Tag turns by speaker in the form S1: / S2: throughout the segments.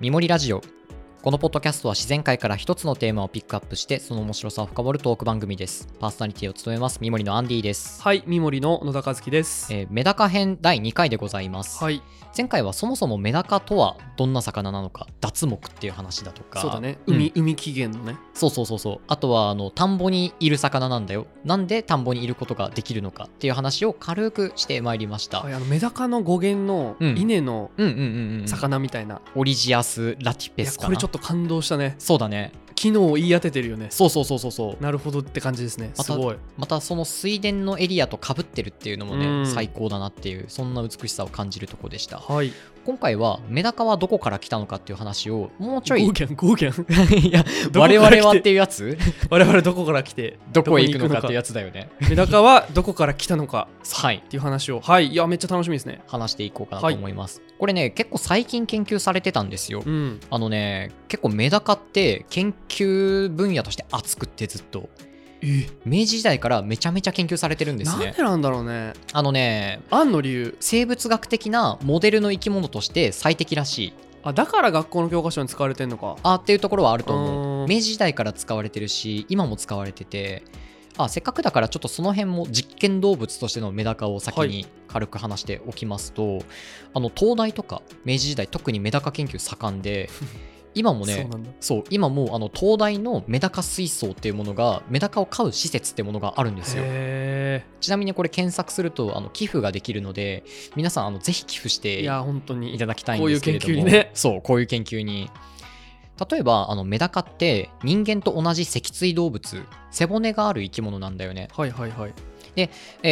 S1: みもりラジオこのポッドキャストは自然界から一つのテーマをピックアップしてその面白さを深掘るトーク番組ですパーソナリティを務めますみもりのアンディです、
S2: はい、三森の野田和樹です。
S1: えーメダカ編第2回でございます、
S2: はい、
S1: 前回はそもそもメダカとはどんな魚なのか脱木っていう話だとか
S2: そうだね、
S1: うん
S2: 海、海起源のね。
S1: そうそうそうそうあとはあの田んぼにいる魚なんだよなんで田んぼにいることができるのかっていう話を軽くしてまいりました、
S2: はい、あのメダカの語源の
S1: うん
S2: 稲の
S1: うんうんうんうん
S2: 魚みたいな。
S1: オリジアス・ラティペ
S2: いや
S1: スかな
S2: これちょっと感動したね。
S1: そうだね
S2: 機能を言い当ててるよね。
S1: そうそうそうそうそう
S2: なるほどって感じですね。
S1: また
S2: すごい。
S1: またその水田のエリアとかぶってるっていうのもね、
S2: うん
S1: 最高だなっていうそんな美しさを感じるとこでした
S2: はい。
S1: 今回はメダカはどこから来たのかっていう話をもうち
S2: ゴ
S1: ょい
S2: ーギャン、ゴーギャ ン。
S1: いや
S2: どこか
S1: 我
S2: ら来て
S1: 々はっていうや つ
S2: 我々どこから来て、
S1: どこへ行くのかっていう
S2: や
S1: やつだよね
S2: メダカはどこから来たのか
S1: はい
S2: っていう話を。はい、いや、めっちゃ楽しみですね。
S1: 話していこうかなと思います、これね結構最近研究されてたんですよ
S2: うん。
S1: あのね結構メダカって研究分野として熱くってずっと
S2: え、
S1: 明治時代からめちゃめちゃ研究されてるんです
S2: なん
S1: ね
S2: でなんだろうね。
S1: あのね
S2: あんの理由。
S1: 生物学的なモデルの生き物として最適らしい
S2: あ、だから学校の教科書に使われてんのか。
S1: あっていうところはあると思
S2: う
S1: うん明治時代から使われてるし今も使われててあせっかくだからちょっとその辺も実験動物としてのメダカを先
S2: は
S1: に軽く話しておきますと、あの東大とか明治時代特にメダカ研究盛ん で今も
S2: そう
S1: ね
S2: なんだ。
S1: そう今もうあの東大のメダカ水槽っていうものがメダカを飼う施設ってものがあるんですよ
S2: へ
S1: ちなみにこれ検索するとあの寄付ができるので皆さんあのぜひ寄付し
S2: え。
S1: て
S2: い
S1: い
S2: や、本当に。
S1: いただきたいんですけれども
S2: こういう研究にね
S1: そうこういう研究に例えばあのメダカって人間と同じ脊椎動物背骨がある生き物なんだよね、
S2: はいはいはい。
S1: え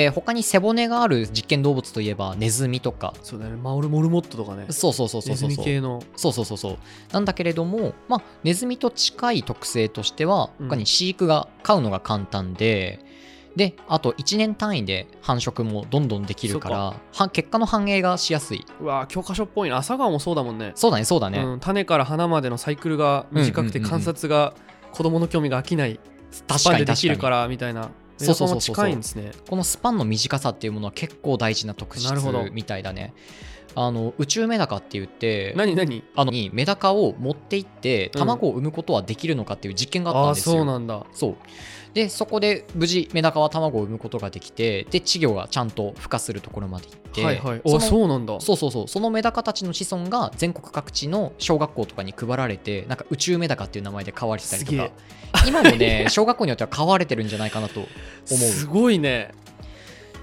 S1: ー他に背骨がある実験動物といえばネズミとか
S2: そうだね、マオルモルモットとかね。
S1: そうそうそうそうそうそ
S2: ネズミ
S1: う
S2: 系の。
S1: そうそうそうそうなんだけれども、まあ、ネズミと近い特性としては
S2: うん
S1: 他に飼育が飼うのが簡単で、であと1年単位で繁殖もどんどんできるからは結果の反映がしやすいう
S2: わ教科書っぽいな。朝顔もそうだもんね。
S1: そうだねそうだね、
S2: うん、種から花までのサイクルが短くて
S1: うんうんうんうん
S2: 観察が子供の興味が飽きない
S1: 確
S2: ス
S1: か
S2: パンで
S1: に
S2: で
S1: 確
S2: き
S1: か
S2: る
S1: に
S2: からみたいな。
S1: そうそうそうそう
S2: メダカも近いんですね。
S1: このスパンの短さっていうものは結構大事な特質
S2: なるほど
S1: みたいだね。あの宇宙メダカって言って
S2: 何何
S1: あのにメダカを持って行って
S2: うん
S1: 卵を産むことはできるのかっていう実験があった
S2: あ
S1: ん
S2: あ
S1: ですよ。
S2: そうなんだ。
S1: そうでそこで無事メダカは卵を産むことができてで稚魚がちゃんと孵化するところまで行って、
S2: はいはい。
S1: そ
S2: あ
S1: の
S2: そうなんだ。
S1: そうそうそうそのメダカたちの子孫が全国各地の小学校とかに配られてなんか宇宙メダカっていう名前で飼われてたりと
S2: すげ
S1: か
S2: え
S1: 今もね小学校によっては飼われてるんじゃないかなと思
S2: す
S1: う。
S2: ごいね。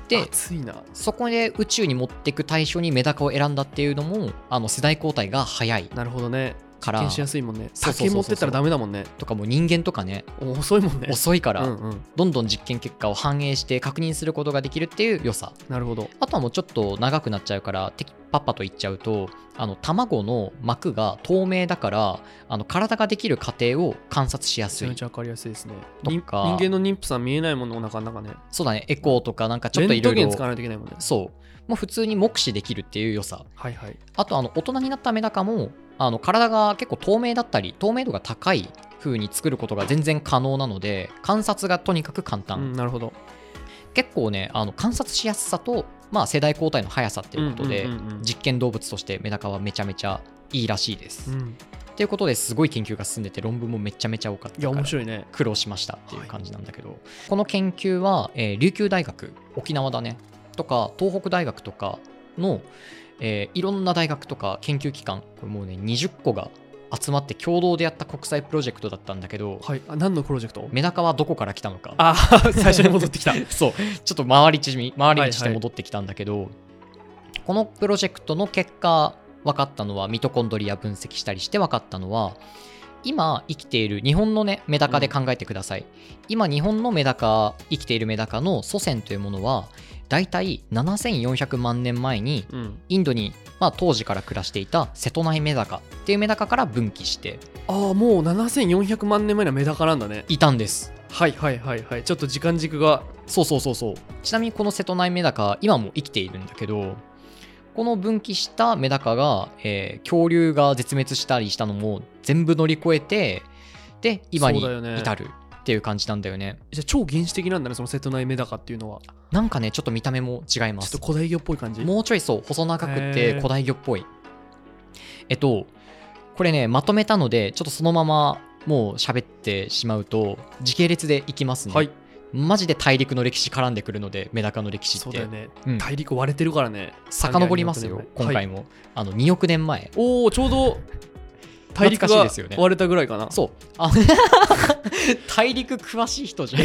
S1: で
S2: 熱いな。
S1: そこで宇宙に持っていく対象にメダカを選んだっていうのもあの世代交代が早い
S2: なるほどね。
S1: か
S2: 実
S1: ら
S2: 験しやすいもんね。
S1: そうそうそう
S2: 酒
S1: そう
S2: 持ってったらダメだもんね。
S1: とかもう人間とかね
S2: 遅いもんね。
S1: 遅いか
S2: う
S1: ら
S2: んうん。
S1: どんどん実験結果を反映して確認することができるっていう良さ
S2: なるほど。
S1: あとはもうちょっと長くなっちゃうからてきパッパと言っちゃうとあの卵の膜が透明だからあの体ができる過程を観察しや
S2: めち
S1: す
S2: ゃめ
S1: い
S2: ちゃわかりやすいですね。
S1: と
S2: に人
S1: か
S2: 間の妊婦さん見えないものお腹の中ね。
S1: そうだねエコーとかなんかちょっ
S2: レ
S1: とい
S2: ン
S1: ろ
S2: ト
S1: い
S2: ゲ
S1: ろ
S2: ン使わないといけないもんね。
S1: そうもう普通に目視できるっていう良さ
S2: はいはい。
S1: あとあの大人になったメダカもあの体が結構透明だったり透明度が高い風に作ることが全然可能なので観察がとにかく簡
S2: う
S1: 単、
S2: ん、なるほど。
S1: 結構ねあの観察しやすさと、まあ、世代交代の速さっていうことで、
S2: うんうんうんうん
S1: 実験動物としてメダカはめちゃめちゃいいらしいです。
S2: う
S1: と、
S2: ん、
S1: いうことですごい研究が進んでて論文もめちゃめちゃ多かった
S2: い
S1: か
S2: や
S1: ら
S2: 面白いね
S1: 苦労しましたっていう感じなんだけど、この研究は、えー琉球大学沖縄だねとか東北大学とかの、えーいろんな大学とか研究機関これもうね20個が集まって共同でやった国際プロジェクトだったんだけど、
S2: はいあ何のプロジ ェクト
S1: メダカはどこから来たのか
S2: あ最初に戻ってき た
S1: そうちょっと回り縮み回り道し
S2: は
S1: て
S2: いはい
S1: 戻ってきたんだけど、このプロジェクトの結果分かったのはミトコンドリア分析したりして分かったのは今生きている日本のねメダカで考えてください、今日本のメダカ生きているメダカの祖先というものはだいたい7400万年前に
S2: うん
S1: インドに、まあ、当時から暮らしていた瀬戸内メダカっていうメダカから分岐して
S2: ああもう7400万年前のメダカなんだね
S1: いたんです
S2: はいはいはいはいちょっと時間軸が
S1: そうそうそうそうちなみにこの瀬戸内メダカ今も生きているんだけどこの分岐したメダカが、えー恐竜が絶滅したりしたのも全部乗り越えてで今に
S2: そうだよね
S1: 至るっていう感じなんだよね
S2: じゃあ超原始的なんだねその瀬戸内メダカっていうのはちょ
S1: なんかねちょっと見た目も違いま
S2: っと
S1: す
S2: 古代魚っぽい感じ
S1: もうちょいそう細長く
S2: へ
S1: て
S2: ー
S1: 古代魚っぽいえっとこれねまとめたのでちょっとそのままもう喋ってしまうと時系列でいきますね、
S2: はい
S1: マジで大陸の歴史絡んでくるのでメダカの歴史って
S2: そうだよね、
S1: うん
S2: 大陸割れてるからね
S1: 遡りますよ
S2: 300
S1: 今
S2: はい
S1: 回も、あの2億年前
S2: おおちょうど大
S1: 懐
S2: 陸
S1: かしい
S2: が
S1: ですよね
S2: 割れたぐらいかな
S1: そう あ大陸詳しい人じゃん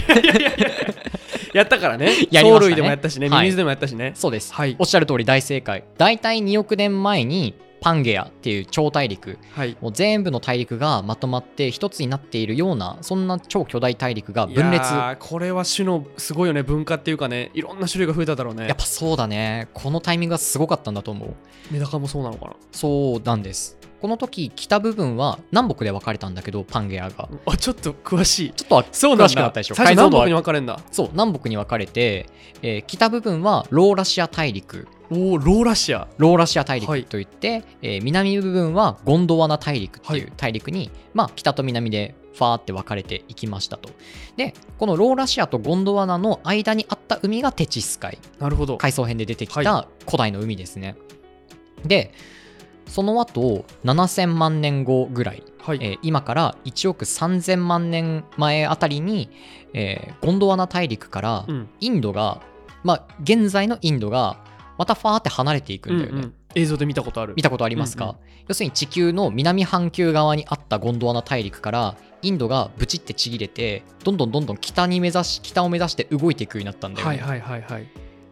S2: やったからね
S1: やりましたね
S2: 藻類でもやったしね
S1: はい
S2: ミミズでもやったしね、
S1: そうです、
S2: はい
S1: おっしゃる通り大正解大体2億年前にパンゲアっていう超大陸
S2: はい、
S1: もう全部の大陸がまとまって一つになっているようなそんな超巨大大陸が分
S2: い
S1: 裂や
S2: やーこれは種のすごいよね文化っていうかねいろんな種類が増えただろうね
S1: っぱそうだねこのタイミングがすごかったんだと思う
S2: メダカもそうなのか
S1: そうなんですこの時北部分は南北で分かれたんだけどパンゲアが
S2: なあちょっと詳しい
S1: ちょっと
S2: そうなんだ
S1: 詳しくなったでしょ
S2: 最初
S1: 解像
S2: 南
S1: 度は
S2: 北に分かれんだ
S1: そう南北に分かれて、えー北部分はローラシア大陸
S2: おおローラシア
S1: ローラシア大陸
S2: はい
S1: といって、えー南部分はゴンドワナ大陸って
S2: はいいう
S1: 大陸に、まあ、北と南でファーって分かれていきましたとでこのローラシアとゴンドワナの間にあった海がテチス海
S2: なるほど
S1: 海藻編で出てき
S2: は
S1: た古代の海ですね、でその後7000万年後ぐらい
S2: はい、
S1: えー今から1億3000万年前あたりに、えーゴンドワナ大陸から
S2: うん
S1: インドが、まあ、現在のインドがまたファーって離れていくんだよね。
S2: うんうん映像で見たことある
S1: 見たことありますか、
S2: うんうん
S1: 要するに地球の南半球側にあったゴンドワナ大陸からインドがブチってちぎれてどんどんどんどん北に目指し北を目指して動いていくようになったんだよね。
S2: はいはいはいはい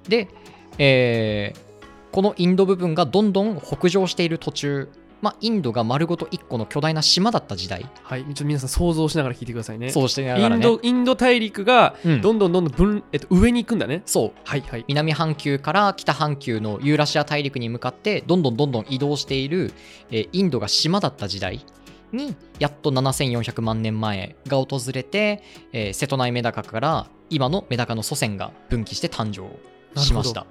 S1: で、えーこのインド部分がどんどん北上している途中、まあ、インドが丸ごと1個の巨大な島だった時代
S2: はいちょっと皆さん想像しながら聞いてくださいね
S1: そうしてな
S2: イ
S1: がら
S2: ン
S1: ね
S2: ドインド大陸が
S1: うん
S2: どんどんどんどん分、えっと、上に行くんだね
S1: そう
S2: はいはい
S1: 南半球から北半球のユーラシア大陸に向かってどんどんどんどん移動している、えーインドが島だった時代にやっと7400万年前が訪れて、えー瀬戸内メダカから今のメダカの祖先が分岐して誕生しまし
S2: な
S1: た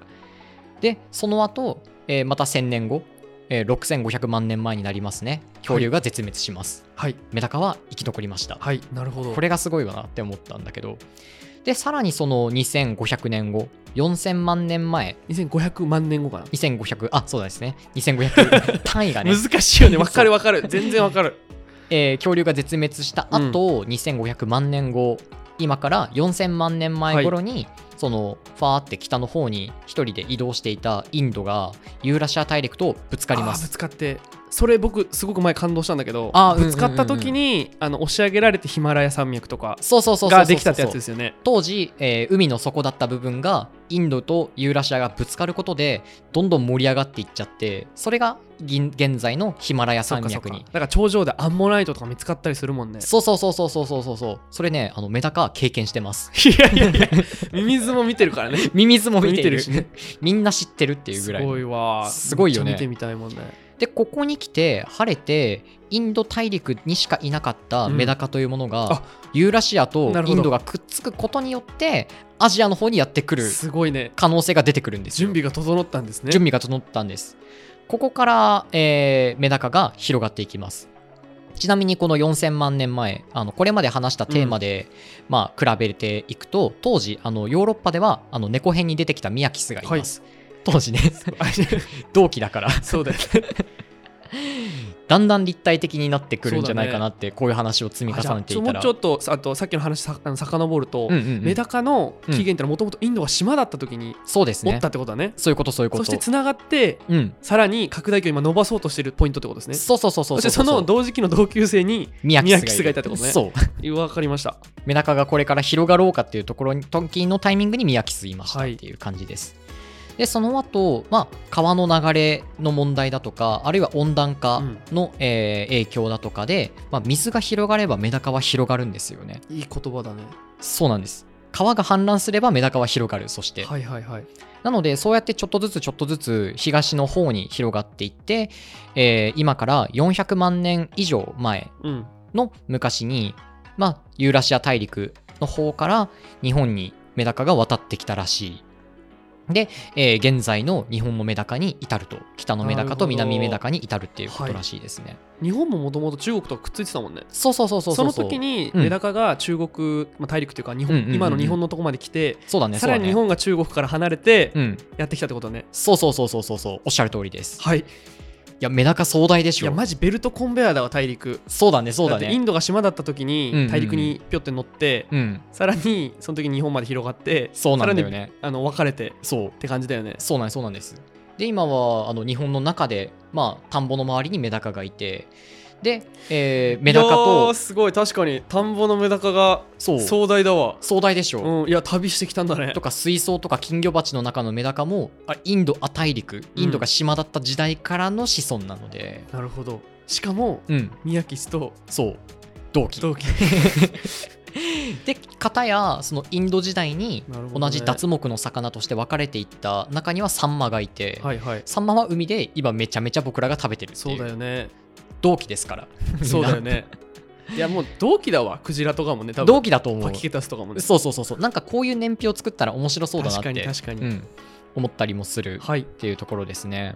S1: でその後、えーまた1000年後、えー6500万年前になりますね恐竜が絶滅します、
S2: はい
S1: メダカは生き残りました
S2: はいなるほど
S1: これがすごいよなって思ったんだけどでさらにその2500年後4000万年前
S2: 2500万年後かな、
S1: 2500あそうですね2500 単位がね、
S2: 難しいよねわかるわかる全然わかる
S1: えー恐竜が絶滅した後、2500万年後今から4000万年前頃に、そのファーって北の方に一人で移動していたインドがユーラシア大陸とぶつかりま
S2: あーぶ
S1: す
S2: つかってそれ僕すごく前感動したんだけど
S1: あーうんうんうんうん
S2: ぶつかった時にあの押し上げられてヒマラヤ山脈とか
S1: そうそうそうそうそう
S2: ができたってやつですよね
S1: 当時、えー海の底だった部分がインドとユーラシアがぶつかることでどんどん盛り上がっていっちゃってそれが銀現在のヒマラヤ
S2: そっ
S1: 山
S2: かそっ
S1: 脈
S2: か
S1: に
S2: だから頂上でアンモナイトとか見つかったりするもんね
S1: そうそうそうそうそうそうそうそうそれねあのメダカ経験してます
S2: いやいやいやミミズも見てるからね
S1: ミミズも見てる
S2: 見てるしね
S1: みんな知ってるっていうぐ
S2: す
S1: らい
S2: ごいわ
S1: すごいよね
S2: めっちゃ見てみたいもんね
S1: でここに来て晴れてインド大陸にしかいなかったメダカというもの
S2: うん
S1: が
S2: あ、
S1: ユーラシアと
S2: なる
S1: イ
S2: ほど
S1: ンドがくっつくことによってアジアの方にやってくる
S2: すごいね
S1: 可能性が出てくるんですよ
S2: 準備が整ったんですね
S1: 準備が整ったんです。ここから、えーメダカが広がっていきます。ちなみにこの4000万年前あのこれまで話したテーマで、まあ、比べていくと当時あのヨーロッパではあの猫編に出てきたミヤキスがいます、当時ね 同期だから
S2: そうだよね
S1: だんだん立体的になってくるんじゃないかなって、こういう話を積み
S2: あじ
S1: 重
S2: ゃあ
S1: ねていたら
S2: ちょもうちょっとさあとさっきの話さあの遡ると、
S1: うんうんうん
S2: メダカの起源ってのはもともとインドが島だった時に
S1: そうです
S2: おっ
S1: ね
S2: たってことだね
S1: そういうことそういうこ
S2: そ
S1: と
S2: してつながって
S1: うん
S2: さらに拡大距離を今伸ばそうとしてるポイントってことですね
S1: そうそうそうそう
S2: そしてその同時期の同級生に
S1: ミヤキスがい
S2: ミヤキスがいたってことね
S1: そう
S2: 分かりました
S1: メダカがこれから広がろうかっていうところに時のタイミングに宮城すいましたっ
S2: は
S1: て
S2: い
S1: いう感じです。でその後、まあ川の流れの問題だとかあるいは温暖化の、えー影響だとかで、まあ、水が広がればメダカは広がるんですよね。
S2: いい言葉だね
S1: そうなんです川が氾濫すればメダカは広がるそして、
S2: はいはいはい
S1: なのでそうやってちょっとずつちょっとずつ東の方に広がっていって、えー今から400万年以上前
S2: うん
S1: の昔に、まあ、ユーラシア大陸の方から日本にメダカが渡ってきたらしい。で、えー現在の日本のメダカに至ると北のメダカと
S2: なるほど
S1: 南メダカに至るっていうことらしいですね。
S2: 日本ももともと中国とかくっついてたもんね
S1: そうそうそうそうそう
S2: の時に
S1: うん
S2: メダカが中国、まあ、大陸というか日本、
S1: うんうんうんうん
S2: 今の日本のとこまで来て、
S1: そうだね
S2: さらに日
S1: そう
S2: 本が中国から離れて
S1: だねうん
S2: やってきたってことね
S1: そうそうそうそうそうそうおっしゃる通りです。
S2: はい
S1: やメダカ壮大でし
S2: いや
S1: ょ
S2: マジベルトコンベアだわ大陸
S1: そうだねそうだ
S2: ってイ
S1: ね
S2: ンドが島だった時
S1: うんうんう
S2: に
S1: ん
S2: 大陸にぴょって乗って、
S1: うん
S2: さらにその時に日本まで広がって
S1: そうなんだよ
S2: さらに
S1: ね
S2: あの分かれてっ
S1: そう
S2: て感じだよね
S1: そうなんですそうなんですで今はあの日本の中でまあ田んぼの周りにメダカがいてで、えーメダカ
S2: いやー
S1: と
S2: すごい確かに田んぼのメダカが
S1: そう
S2: 壮大だわ
S1: 壮大でしょ、
S2: うんいや旅してきたんだね
S1: とか水槽とか金魚鉢の中のメダカもあインド亜大陸インドが島だった時代からの子孫なので、
S2: なるほどしかも
S1: うん
S2: 宮吉と
S1: そう同期
S2: 同期
S1: で片やそのインド時代に
S2: なるほど
S1: 同
S2: ね
S1: じ脱目の魚として分かれていった中にはサンマがいて、
S2: はい はい
S1: サンマは海で今めちゃめちゃ僕らが食べてるって
S2: そ
S1: いう
S2: だ
S1: う
S2: よね
S1: 同期ですから
S2: そうだよ ねいやもう同期だわクジラとかもね多分
S1: 同期だと思
S2: パ
S1: う
S2: キケタスとかもね
S1: そうそうそうそうなんかこういう年表作ったら面白そうだなっ
S2: 確
S1: て
S2: かに確かに、
S1: うん、思ったりもする
S2: はい
S1: っていうところですね。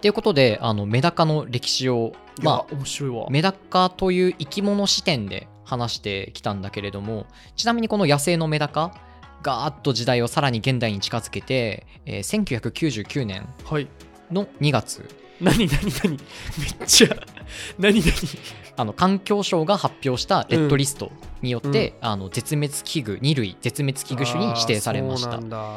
S1: ということであのメダカの歴史を、ま
S2: まあ面白いわ
S1: あ、メダカという生き物視点で話してきたんだけれどもちなみにこの野生のメダカガーッと時代をさらに現代に近づけて、えー1999年
S2: はい
S1: の2月
S2: 何何何め っちゃ 何何
S1: あの環境省が発表したレッドリストによって、あの絶滅危惧2類絶滅危惧種に指定されまし
S2: あー
S1: た
S2: そうなんだ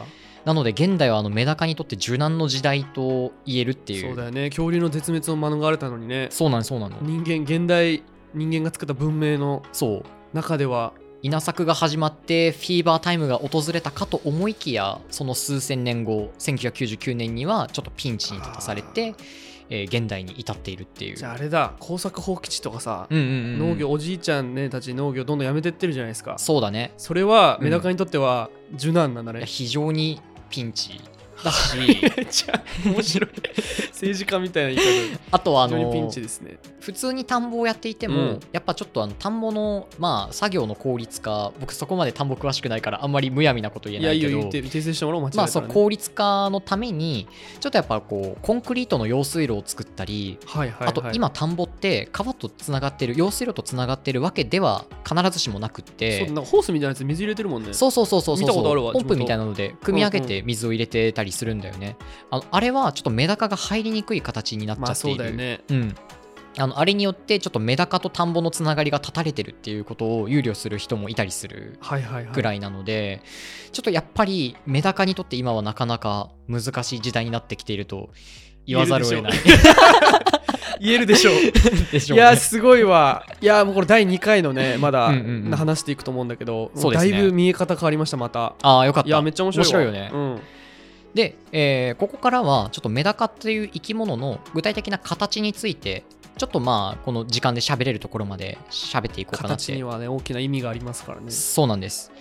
S1: なので現代はあのメダカにとって柔軟の時代と言えるっていう
S2: そうだよね恐竜の絶滅を免れたのにね
S1: そうなんそうなの
S2: 人間現代人間が作った文明の
S1: そう
S2: 中では
S1: 稲作が始まってフィーバータイムが訪れたかと思いきやその数千年後1999年にはちょっとピンチに立たされ
S2: あ
S1: て、えー現代に至っているっていう
S2: じゃああれだ耕作放棄地とかさ、
S1: うんうんうん
S2: 農業おじいちゃんねたち農業どんどんやめてってるじゃないですか
S1: そうだね
S2: それは
S1: うん
S2: メダカにとっては受難なんだ
S1: いや
S2: ね、
S1: 非常にピンチだ し
S2: めっちゃ 面白い政治家みたいな言い方
S1: あとはあ
S2: 非常にピン
S1: の
S2: チですね
S1: 普通に田んぼをやっていても、
S2: うん
S1: やっぱちょっとあの田んぼの、まあ、作業の効率化僕そこまで田んぼ詳しくないからあんまりむやみなこと言え
S2: い
S1: な
S2: や
S1: い
S2: いい
S1: け
S2: よ
S1: ど
S2: 言って訂正してもらおう間違えた
S1: ま
S2: ら
S1: あ、そう
S2: ね
S1: 効率化のためにちょっとやっぱこうコンクリートの用水路を作ったり
S2: はいはいはい、
S1: あと今田んぼって川とつながってる用水路とつながってるわけでは必ずしもなくっ
S2: そう
S1: て
S2: なんかホースみたいなやつ水入れてるもんね
S1: そうそうそうそう
S2: 見たこと
S1: そ
S2: あるわ
S1: うポン
S2: 地
S1: プ
S2: 元
S1: みたいなので組み上げて水を入れてたりするんだよねあのあれはちょっとメダカが入りにくい形になっち
S2: ま
S1: ゃ
S2: あ
S1: って
S2: そ
S1: いう
S2: だよ
S1: る
S2: ね
S1: うん、あのあれによってちょっとメダカと田んぼのつながりが断たれてるっていうことを憂慮する人もいたりする
S2: はいはいはい
S1: ぐらいなので、ちょっとやっぱりメダカにとって今はなかなか難しい時代になってきていると言わざるを得ない
S2: 言えるでし ょう
S1: でしょ
S2: いう
S1: ね。
S2: やすごいわいやもうこれ第2回のねまだ
S1: うんうんうん
S2: 話していくと思うんだけど、
S1: そうですね
S2: だいぶ見え方変わりましたまた
S1: ああよかった
S2: いやめっちゃ面白いわ
S1: よね、
S2: うん、
S1: で、えーここからはちょっとメダカっていう生き物の具体的な形についてちょっとまあこの時間で喋れるところまで喋っていこうかなって
S2: 形にはね大きな意味がありますからね
S1: そうなんです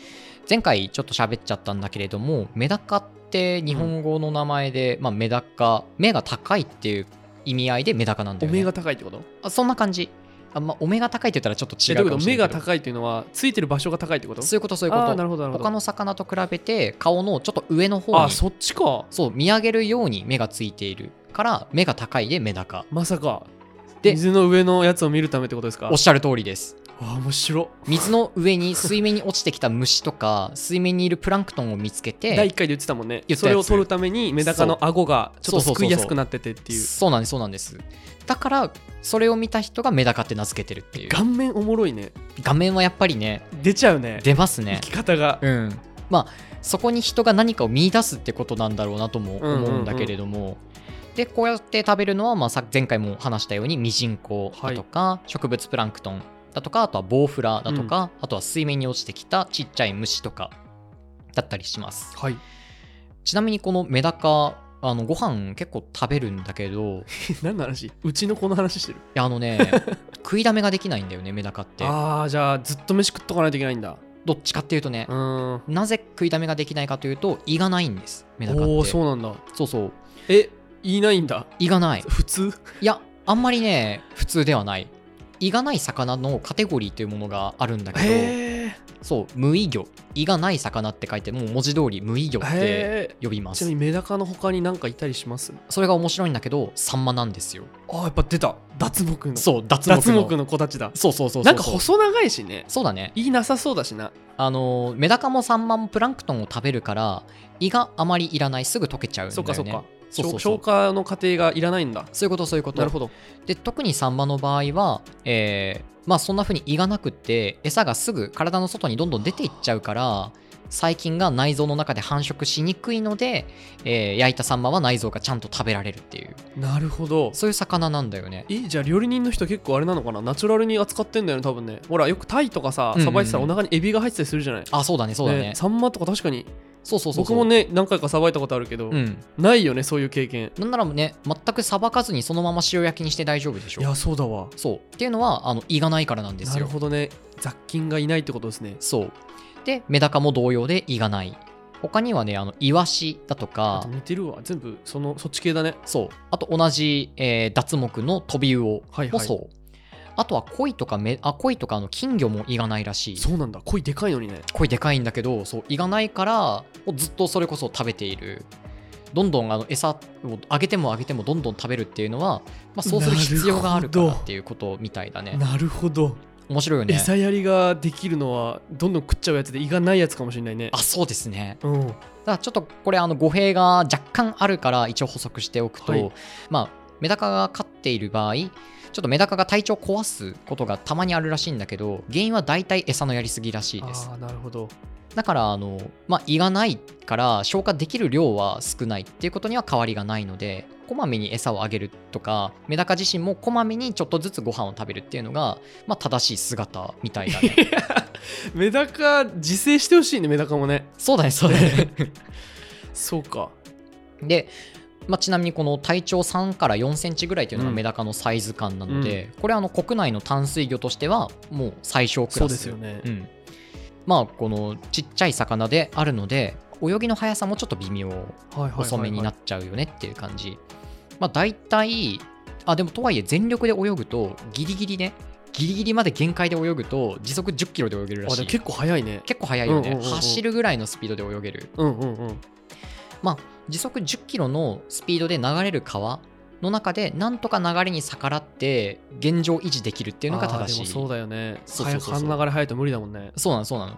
S1: 前回ちょっと喋っちゃったんだけれどもメダカって日本語の名前で、まあ、メダカ目が高いっていう意味合いでメダカなんだ
S2: お
S1: よね
S2: 目が高いってこと
S1: あそんな感じあ、まあ、お目が高いって言ったらちょっと
S2: え
S1: 違
S2: どうい
S1: か
S2: ううこ
S1: も
S2: と
S1: しれ
S2: 目
S1: ない
S2: が
S1: けど
S2: 高いっていうのはついてる場所が高いってこと
S1: そういうことそういうこ
S2: あー
S1: と
S2: なるほどなるほど
S1: 他の魚と比べて顔のちょっと上の方
S2: あ
S1: に
S2: そっちか
S1: そう見上げるように目がついているから目が高いでメダカ
S2: まさか
S1: で
S2: 水の上のやつを見るためってことですか
S1: おっしゃる通りです
S2: あ面白
S1: 水の上に水面に落ちてきた虫とか水面にいるプランクトンを見つけて
S2: 第1回で言ってたもんね
S1: 言った
S2: そ
S1: やつ
S2: れを取るためにメダカの顎がちょっと
S1: そうそうそうそう
S2: すくいやすくなっててっていう
S1: そうなんですそうなんですだからそれを見た人がメダカって名付けてるっていう
S2: 顔面おもろいね
S1: 画面はやっぱりね
S2: 出ちゃうね
S1: 出ますね
S2: 生き方が
S1: うんまあそこに人が何かを見出すってことなんだろうなとも思うんだけれども、でこうやって食べるのは、まあ、さ前回も話したようにミジンコだとか、植物プランクトンだとかあとはボウフラだとか、あとは水面に落ちてきたちっちゃい虫とかだったりします
S2: はい
S1: ちなみにこのメダカあのご飯結構食べるんだけどい
S2: 何の話うちの子の話してる
S1: やあの ね食いだめができないんだよねメダカって
S2: ああじゃあずっと飯食っとかないといけないんだ
S1: どっちかっていうとね
S2: う、ーん
S1: なぜ食いだめができないかというと胃がないんですメダカって
S2: おおー
S1: そ
S2: そううなんだ
S1: そう
S2: え言いないんだ
S1: 胃がない
S2: 普通
S1: いやあんまりね普通ではない胃がない魚のカテゴリーというものがあるんだけ
S2: へえ
S1: どそう無胃魚胃がない魚って書いてもう文字通り無胃魚って
S2: へ
S1: 呼び
S2: え
S1: ま
S2: ちな
S1: す
S2: みにメダカの他に何かいたりします
S1: それが面白いんだけどサンマなんですよ
S2: あーやっぱ出た脱木の
S1: そう脱目の
S2: 脱木の子たちだ
S1: そうそうそうそう
S2: なんか細長いしね
S1: そうだね
S2: 言いなさそうだしな
S1: あのメダカもサンマもプランクトンを食べるから胃があまりいらないすぐ溶けちゃうんだよね
S2: そっかそっか
S1: そうそうそう
S2: 消化の過程がいらないんだ
S1: そういうことそういうこと
S2: なるほど
S1: で特にサンマの場合は、えーまあ、そんな風に胃がなくって餌がすぐ体の外にどんどん出ていっちゃうから細菌が内臓の中で繁殖しにくいので、えー焼いたサンマは内臓がちゃんと食べられるっていう
S2: なるほど
S1: そういう魚なんだよね
S2: えじゃあ料理人の人結構あれなのかなナチュラルに扱ってんだよね多分ねほらよくタイとかさ
S1: うんうん
S2: さばいてたらお腹にエビが入ってたりするじゃない、
S1: あそうだねそうだね
S2: サンマとか確かに
S1: そうそうそうそう
S2: 僕もね何回かさばいたことあるけど、
S1: うん
S2: ないよねそういう経験
S1: なんならね全くさばかずにそのまま塩焼きにして大丈夫でしょ
S2: いやそうだわ
S1: そうっていうのはあの胃がないからなんです
S2: なる
S1: よ
S2: ほどね雑菌がいないってことですね
S1: そうでメダカも同様で胃がない他にはねあのイワシだと
S2: あ
S1: か
S2: と似てるわ全部そのそっち系だね
S1: そうあと同じ、えー脱木のトビウオ
S2: はいは
S1: も
S2: い
S1: そう、あとは鯉とかめあ鯉とかあの金魚も胃がないらしい
S2: そうなんだ恋でかいのにね
S1: 鯉でかいんだけどそう胃がないからもうずっとそれこそ食べているどんどんあの餌をあげてもあげてもどんどん食べるっていうのは、まあ、そうする必要があるから
S2: なるほど
S1: っていうことみたいだね
S2: なるほど、
S1: 面白いよね
S2: 餌やりができるのはどんどん食っちゃうやつで胃がないやつかもしれないね
S1: あそうですね
S2: うん
S1: ただちょっとこれあの語弊が若干あるから一応補足しておくと、
S2: はい
S1: まあメダカが飼っている場合ちょっとメダカが体調を壊すことがたまにあるらしいんだけど原因は大体餌のやりすぎらしいです
S2: あーなるほど
S1: だからあの、まあ、胃がないから消化できる量は少ないっていうことには変わりがないのでこまめに餌をあげるとかメダカ自身もこまめにちょっとずつご飯を食べるっていうのが、まあ、正しい姿みたいだ ね
S2: メダカ自生してほしいねメダカ もね
S1: そうだねそうだね
S2: そうか
S1: で、まあ、ちなみにこの体長3から4センチぐらいというのが
S2: うん
S1: メダカのサイズ感なので、これはあの国内の淡水魚としてはもう最小ク
S2: そ
S1: ラ
S2: う
S1: ス
S2: ですよね、
S1: うん、まあこのちっちゃい魚であるので泳ぎの速さもちょっと微妙
S2: はいはいはいはい
S1: 遅めになっちゃうよねっていう感じまあ大体あでもとはいえ全力で泳ぐとギリギリねギリギリまで限界で泳ぐと時速10キロで泳げるら
S2: あ
S1: し
S2: で
S1: い
S2: も結構早いね
S1: 結構速いよね、
S2: うんうんうんうん
S1: 走るぐらいのスピードで泳げる
S2: うんうんうん
S1: 時速10キロのスピードで流れる川の中でなんとか流れに逆らって現状維持できるっていうのが正し
S2: あーでも
S1: い
S2: そうだよね
S1: そうそうそうそう
S2: 早く半流れ早いと無理だもんね
S1: そうなのそうなの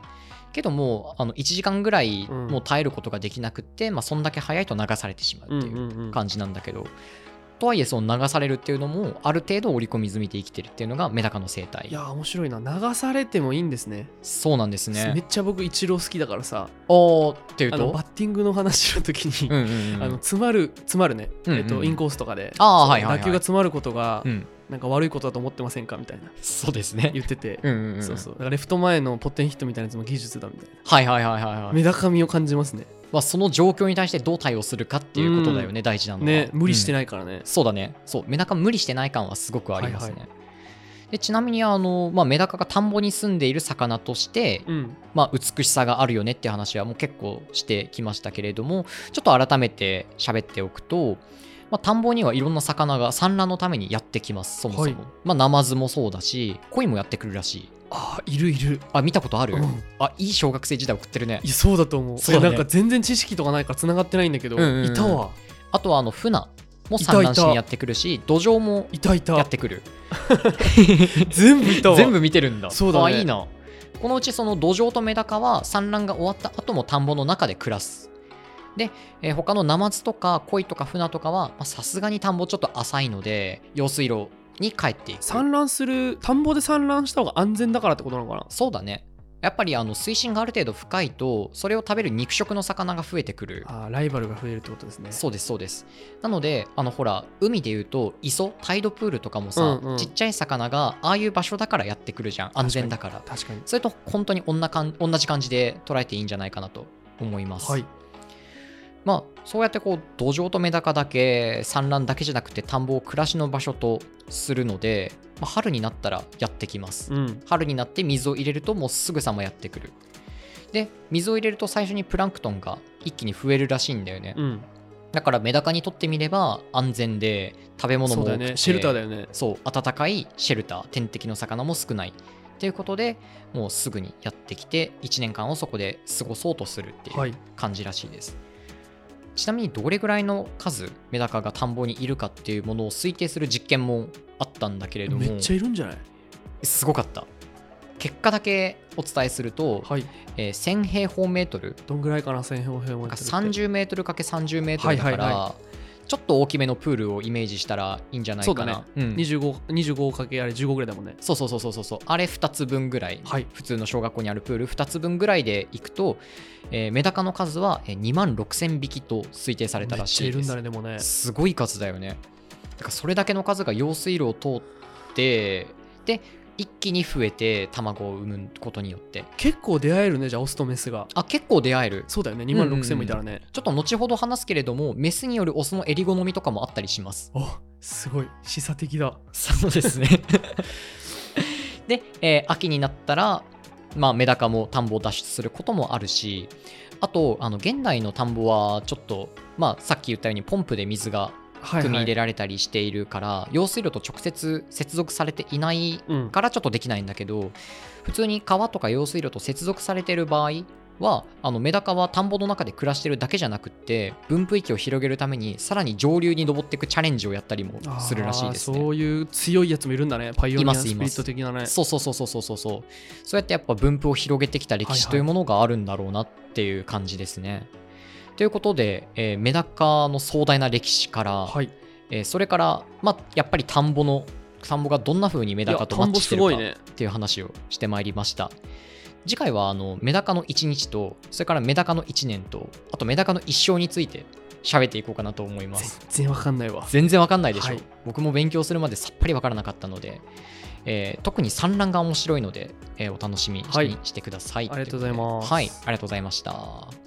S1: けどもうあの1時間ぐらい
S2: うん
S1: もう耐えることができなくって、まあ、そんだけ早いと流されてしまうっていう
S2: うんうん
S1: 感じなんだけど、とはいえその流されるっていうのもある程度織り込み済みで生きてるっていうのがメダカの生態
S2: いやー面白いな流されてもいいんですね
S1: そうなんです
S2: め
S1: ね
S2: っちゃ僕イチロー好きだからさ
S1: おーっていう
S2: あの
S1: と
S2: バッティングの話の時に、
S1: うんうんうん
S2: あの詰まる詰まるね、
S1: うんうん
S2: えっと、インコースとかで
S1: あー
S2: そう
S1: はいはいはい
S2: 打球が詰まることが、
S1: うん
S2: なんか悪いことだと思ってませんかみたいな
S1: そうですね
S2: 言ってて、
S1: うんうんうん
S2: そうそうだからレフト前のポッテンヒットみたいなやつも技術だみたいな、
S1: はいはいはいはいはい
S2: メダカみを感じますね
S1: まあ、その状況に対してどう対応するかっていうことだよね、大事なのは。
S2: ね無理して
S1: い、
S2: ないからね、
S1: そうだね。そう、メダカ無理してない感はすごくありますね。
S2: はい
S1: でちなみにあの、まあ、メダカが田んぼに住んでいる魚として、
S2: うん
S1: まあ、美しさがあるよねって話はもう結構してきましたけれどもちょっと改めて喋っておくと、まあ、田んぼにはいろんな魚が産卵のためにやってきますそもそも、
S2: はい
S1: まあ、ナマズもそうだし鯉もやってくるらしい
S2: あーいるいる、
S1: あ見たことある、
S2: うん、
S1: あいい小学生時代送ってるね
S2: いやそうだと思う
S1: そうだね
S2: えなんか全然知識とかないから繋がってないんだけど、
S1: うんうんうん
S2: いたわ
S1: あとはあの船も産卵しにやってくるし土壌も
S2: いたい
S1: や
S2: た
S1: ってくる
S2: 全部いたわ
S1: 全部見てるんだ
S2: そうだね
S1: あいいなこのうちその土壌とメダカは産卵が終わった後も田んぼの中で暮らすで、えー他のナマズとかコイとかフナとかはまあさすがに田んぼちょっと浅いので用水路に帰っていく
S2: 産卵する田んぼで産卵した方が安全だからってことなのかな
S1: そうだねやっぱりあの水深がある程度深いとそれを食べる肉食の魚が増えてくる
S2: あーライバルが増えるってことですね
S1: そうですそうですなのであのほら海でいうと磯タイドプールとかもさ、
S2: うんうん
S1: ちっちゃい魚がああいう場所だからやってくるじゃん安全だから
S2: 確かに
S1: それと本当に同じ感同じ感じで捉えていいんじゃないかなと思います、
S2: はい
S1: まあそうやってこう土壌とメダカだけ産卵だけじゃなくて田んぼを暮らしの場所とするので、まあ、春になったらやってきます、
S2: うん
S1: 春になって水を入れるともうすぐさまやってくるで水を入れると最初にプランクトンが一気に増えるらしいんだよね、
S2: うん
S1: だからメダカにとってみれば安全で食べ物
S2: そ
S1: も多
S2: うだよ
S1: くて
S2: ねシェルターだよね
S1: そう暖かいシェルター天敵の魚も少ないということでもうすぐにやってきて1年間をそこで過ごそうとするって
S2: は
S1: いう
S2: い
S1: 感じらしいです、ちなみにどれぐらいの数メダカが田んぼにいるかっていうものを推定する実験もあったんだけれども
S2: めっちゃいるんじゃない
S1: すごかった結果だけお伝えすると、
S2: はい
S1: えー1000平方メートル
S2: どんぐらいかな1000平方メートルって
S1: 30メートル ×30 メートルだから、
S2: はいはい
S1: ちょっと大きめのプールをイメージしたらいいんじゃないか
S2: そ
S1: なうん
S2: 25, 25かけあれ15ぐらいだもんね
S1: そうそうそうそうそうそうあれ2つ分ぐらい、
S2: はい
S1: 普通の小学校にあるプール2つ分ぐらいで行くと、えーメダカの数は2万6000匹と推定されたらし
S2: め
S1: い
S2: っちゃ
S1: で
S2: いるん
S1: す
S2: だねでもね
S1: すごい数だよねだからそれだけの数が用水路を通ってで一気に増えて卵を産むことによって
S2: 結構出会えるねじゃあオスとメスが
S1: あ結構出会える
S2: そうだよね2万6000もいたらね、
S1: ちょっと後ほど話すけれどもメスによるオスの襟好みとかもあったりします
S2: あすごい示唆的だ
S1: そうですねで、えー秋になったら、まあ、メダカも田んぼを脱出することもあるしあとあの現代の田んぼはちょっと、まあ、さっき言ったようにポンプで水が
S2: は
S1: 汲み入れ
S2: る、
S1: られたりしているから、用水路と直接接続されていない
S2: うん、
S1: からちょっとできないんだけど普通に川とか用水路と接続されている場合はあのメダカは田んぼの中で暮らしてるだけじゃなくって分布域を広げるためにさらに上流に登っていくチャレンジをやったりもするらしいです
S2: あー
S1: ね
S2: そ。ういう強いやつもいるんだねパイオニア
S1: いま
S2: ス
S1: す
S2: ピ
S1: い
S2: リ
S1: ます
S2: ット的なね
S1: そうそうそうそうそうそうそうそうやってやっぱ分布を広げてきた歴史というものがあるんだろうなっていう感じですね。ということで、えーメダカの壮大な歴史から、
S2: はい
S1: えーそれから、まあ、やっぱり田んぼの田んぼがどんな風にメ
S2: い
S1: ダ
S2: や
S1: カと
S2: 田
S1: マ
S2: ん
S1: ッ
S2: ぼ
S1: チして
S2: す
S1: るか
S2: ご
S1: っ
S2: いね
S1: ていう話をしてまいりました次回はあのメダカの1日とそれからメダカの1年とあとメダカの一生について喋っていこうかなと思います
S2: 全然わかんないわ
S1: 全然わかんないでしょ、
S2: はい
S1: 僕も勉強するまでさっぱりわからなかったので、えー特に産卵が面白いので、えーお楽しみに
S2: はい
S1: してください、
S2: ありがとうございます
S1: はいありがとうございました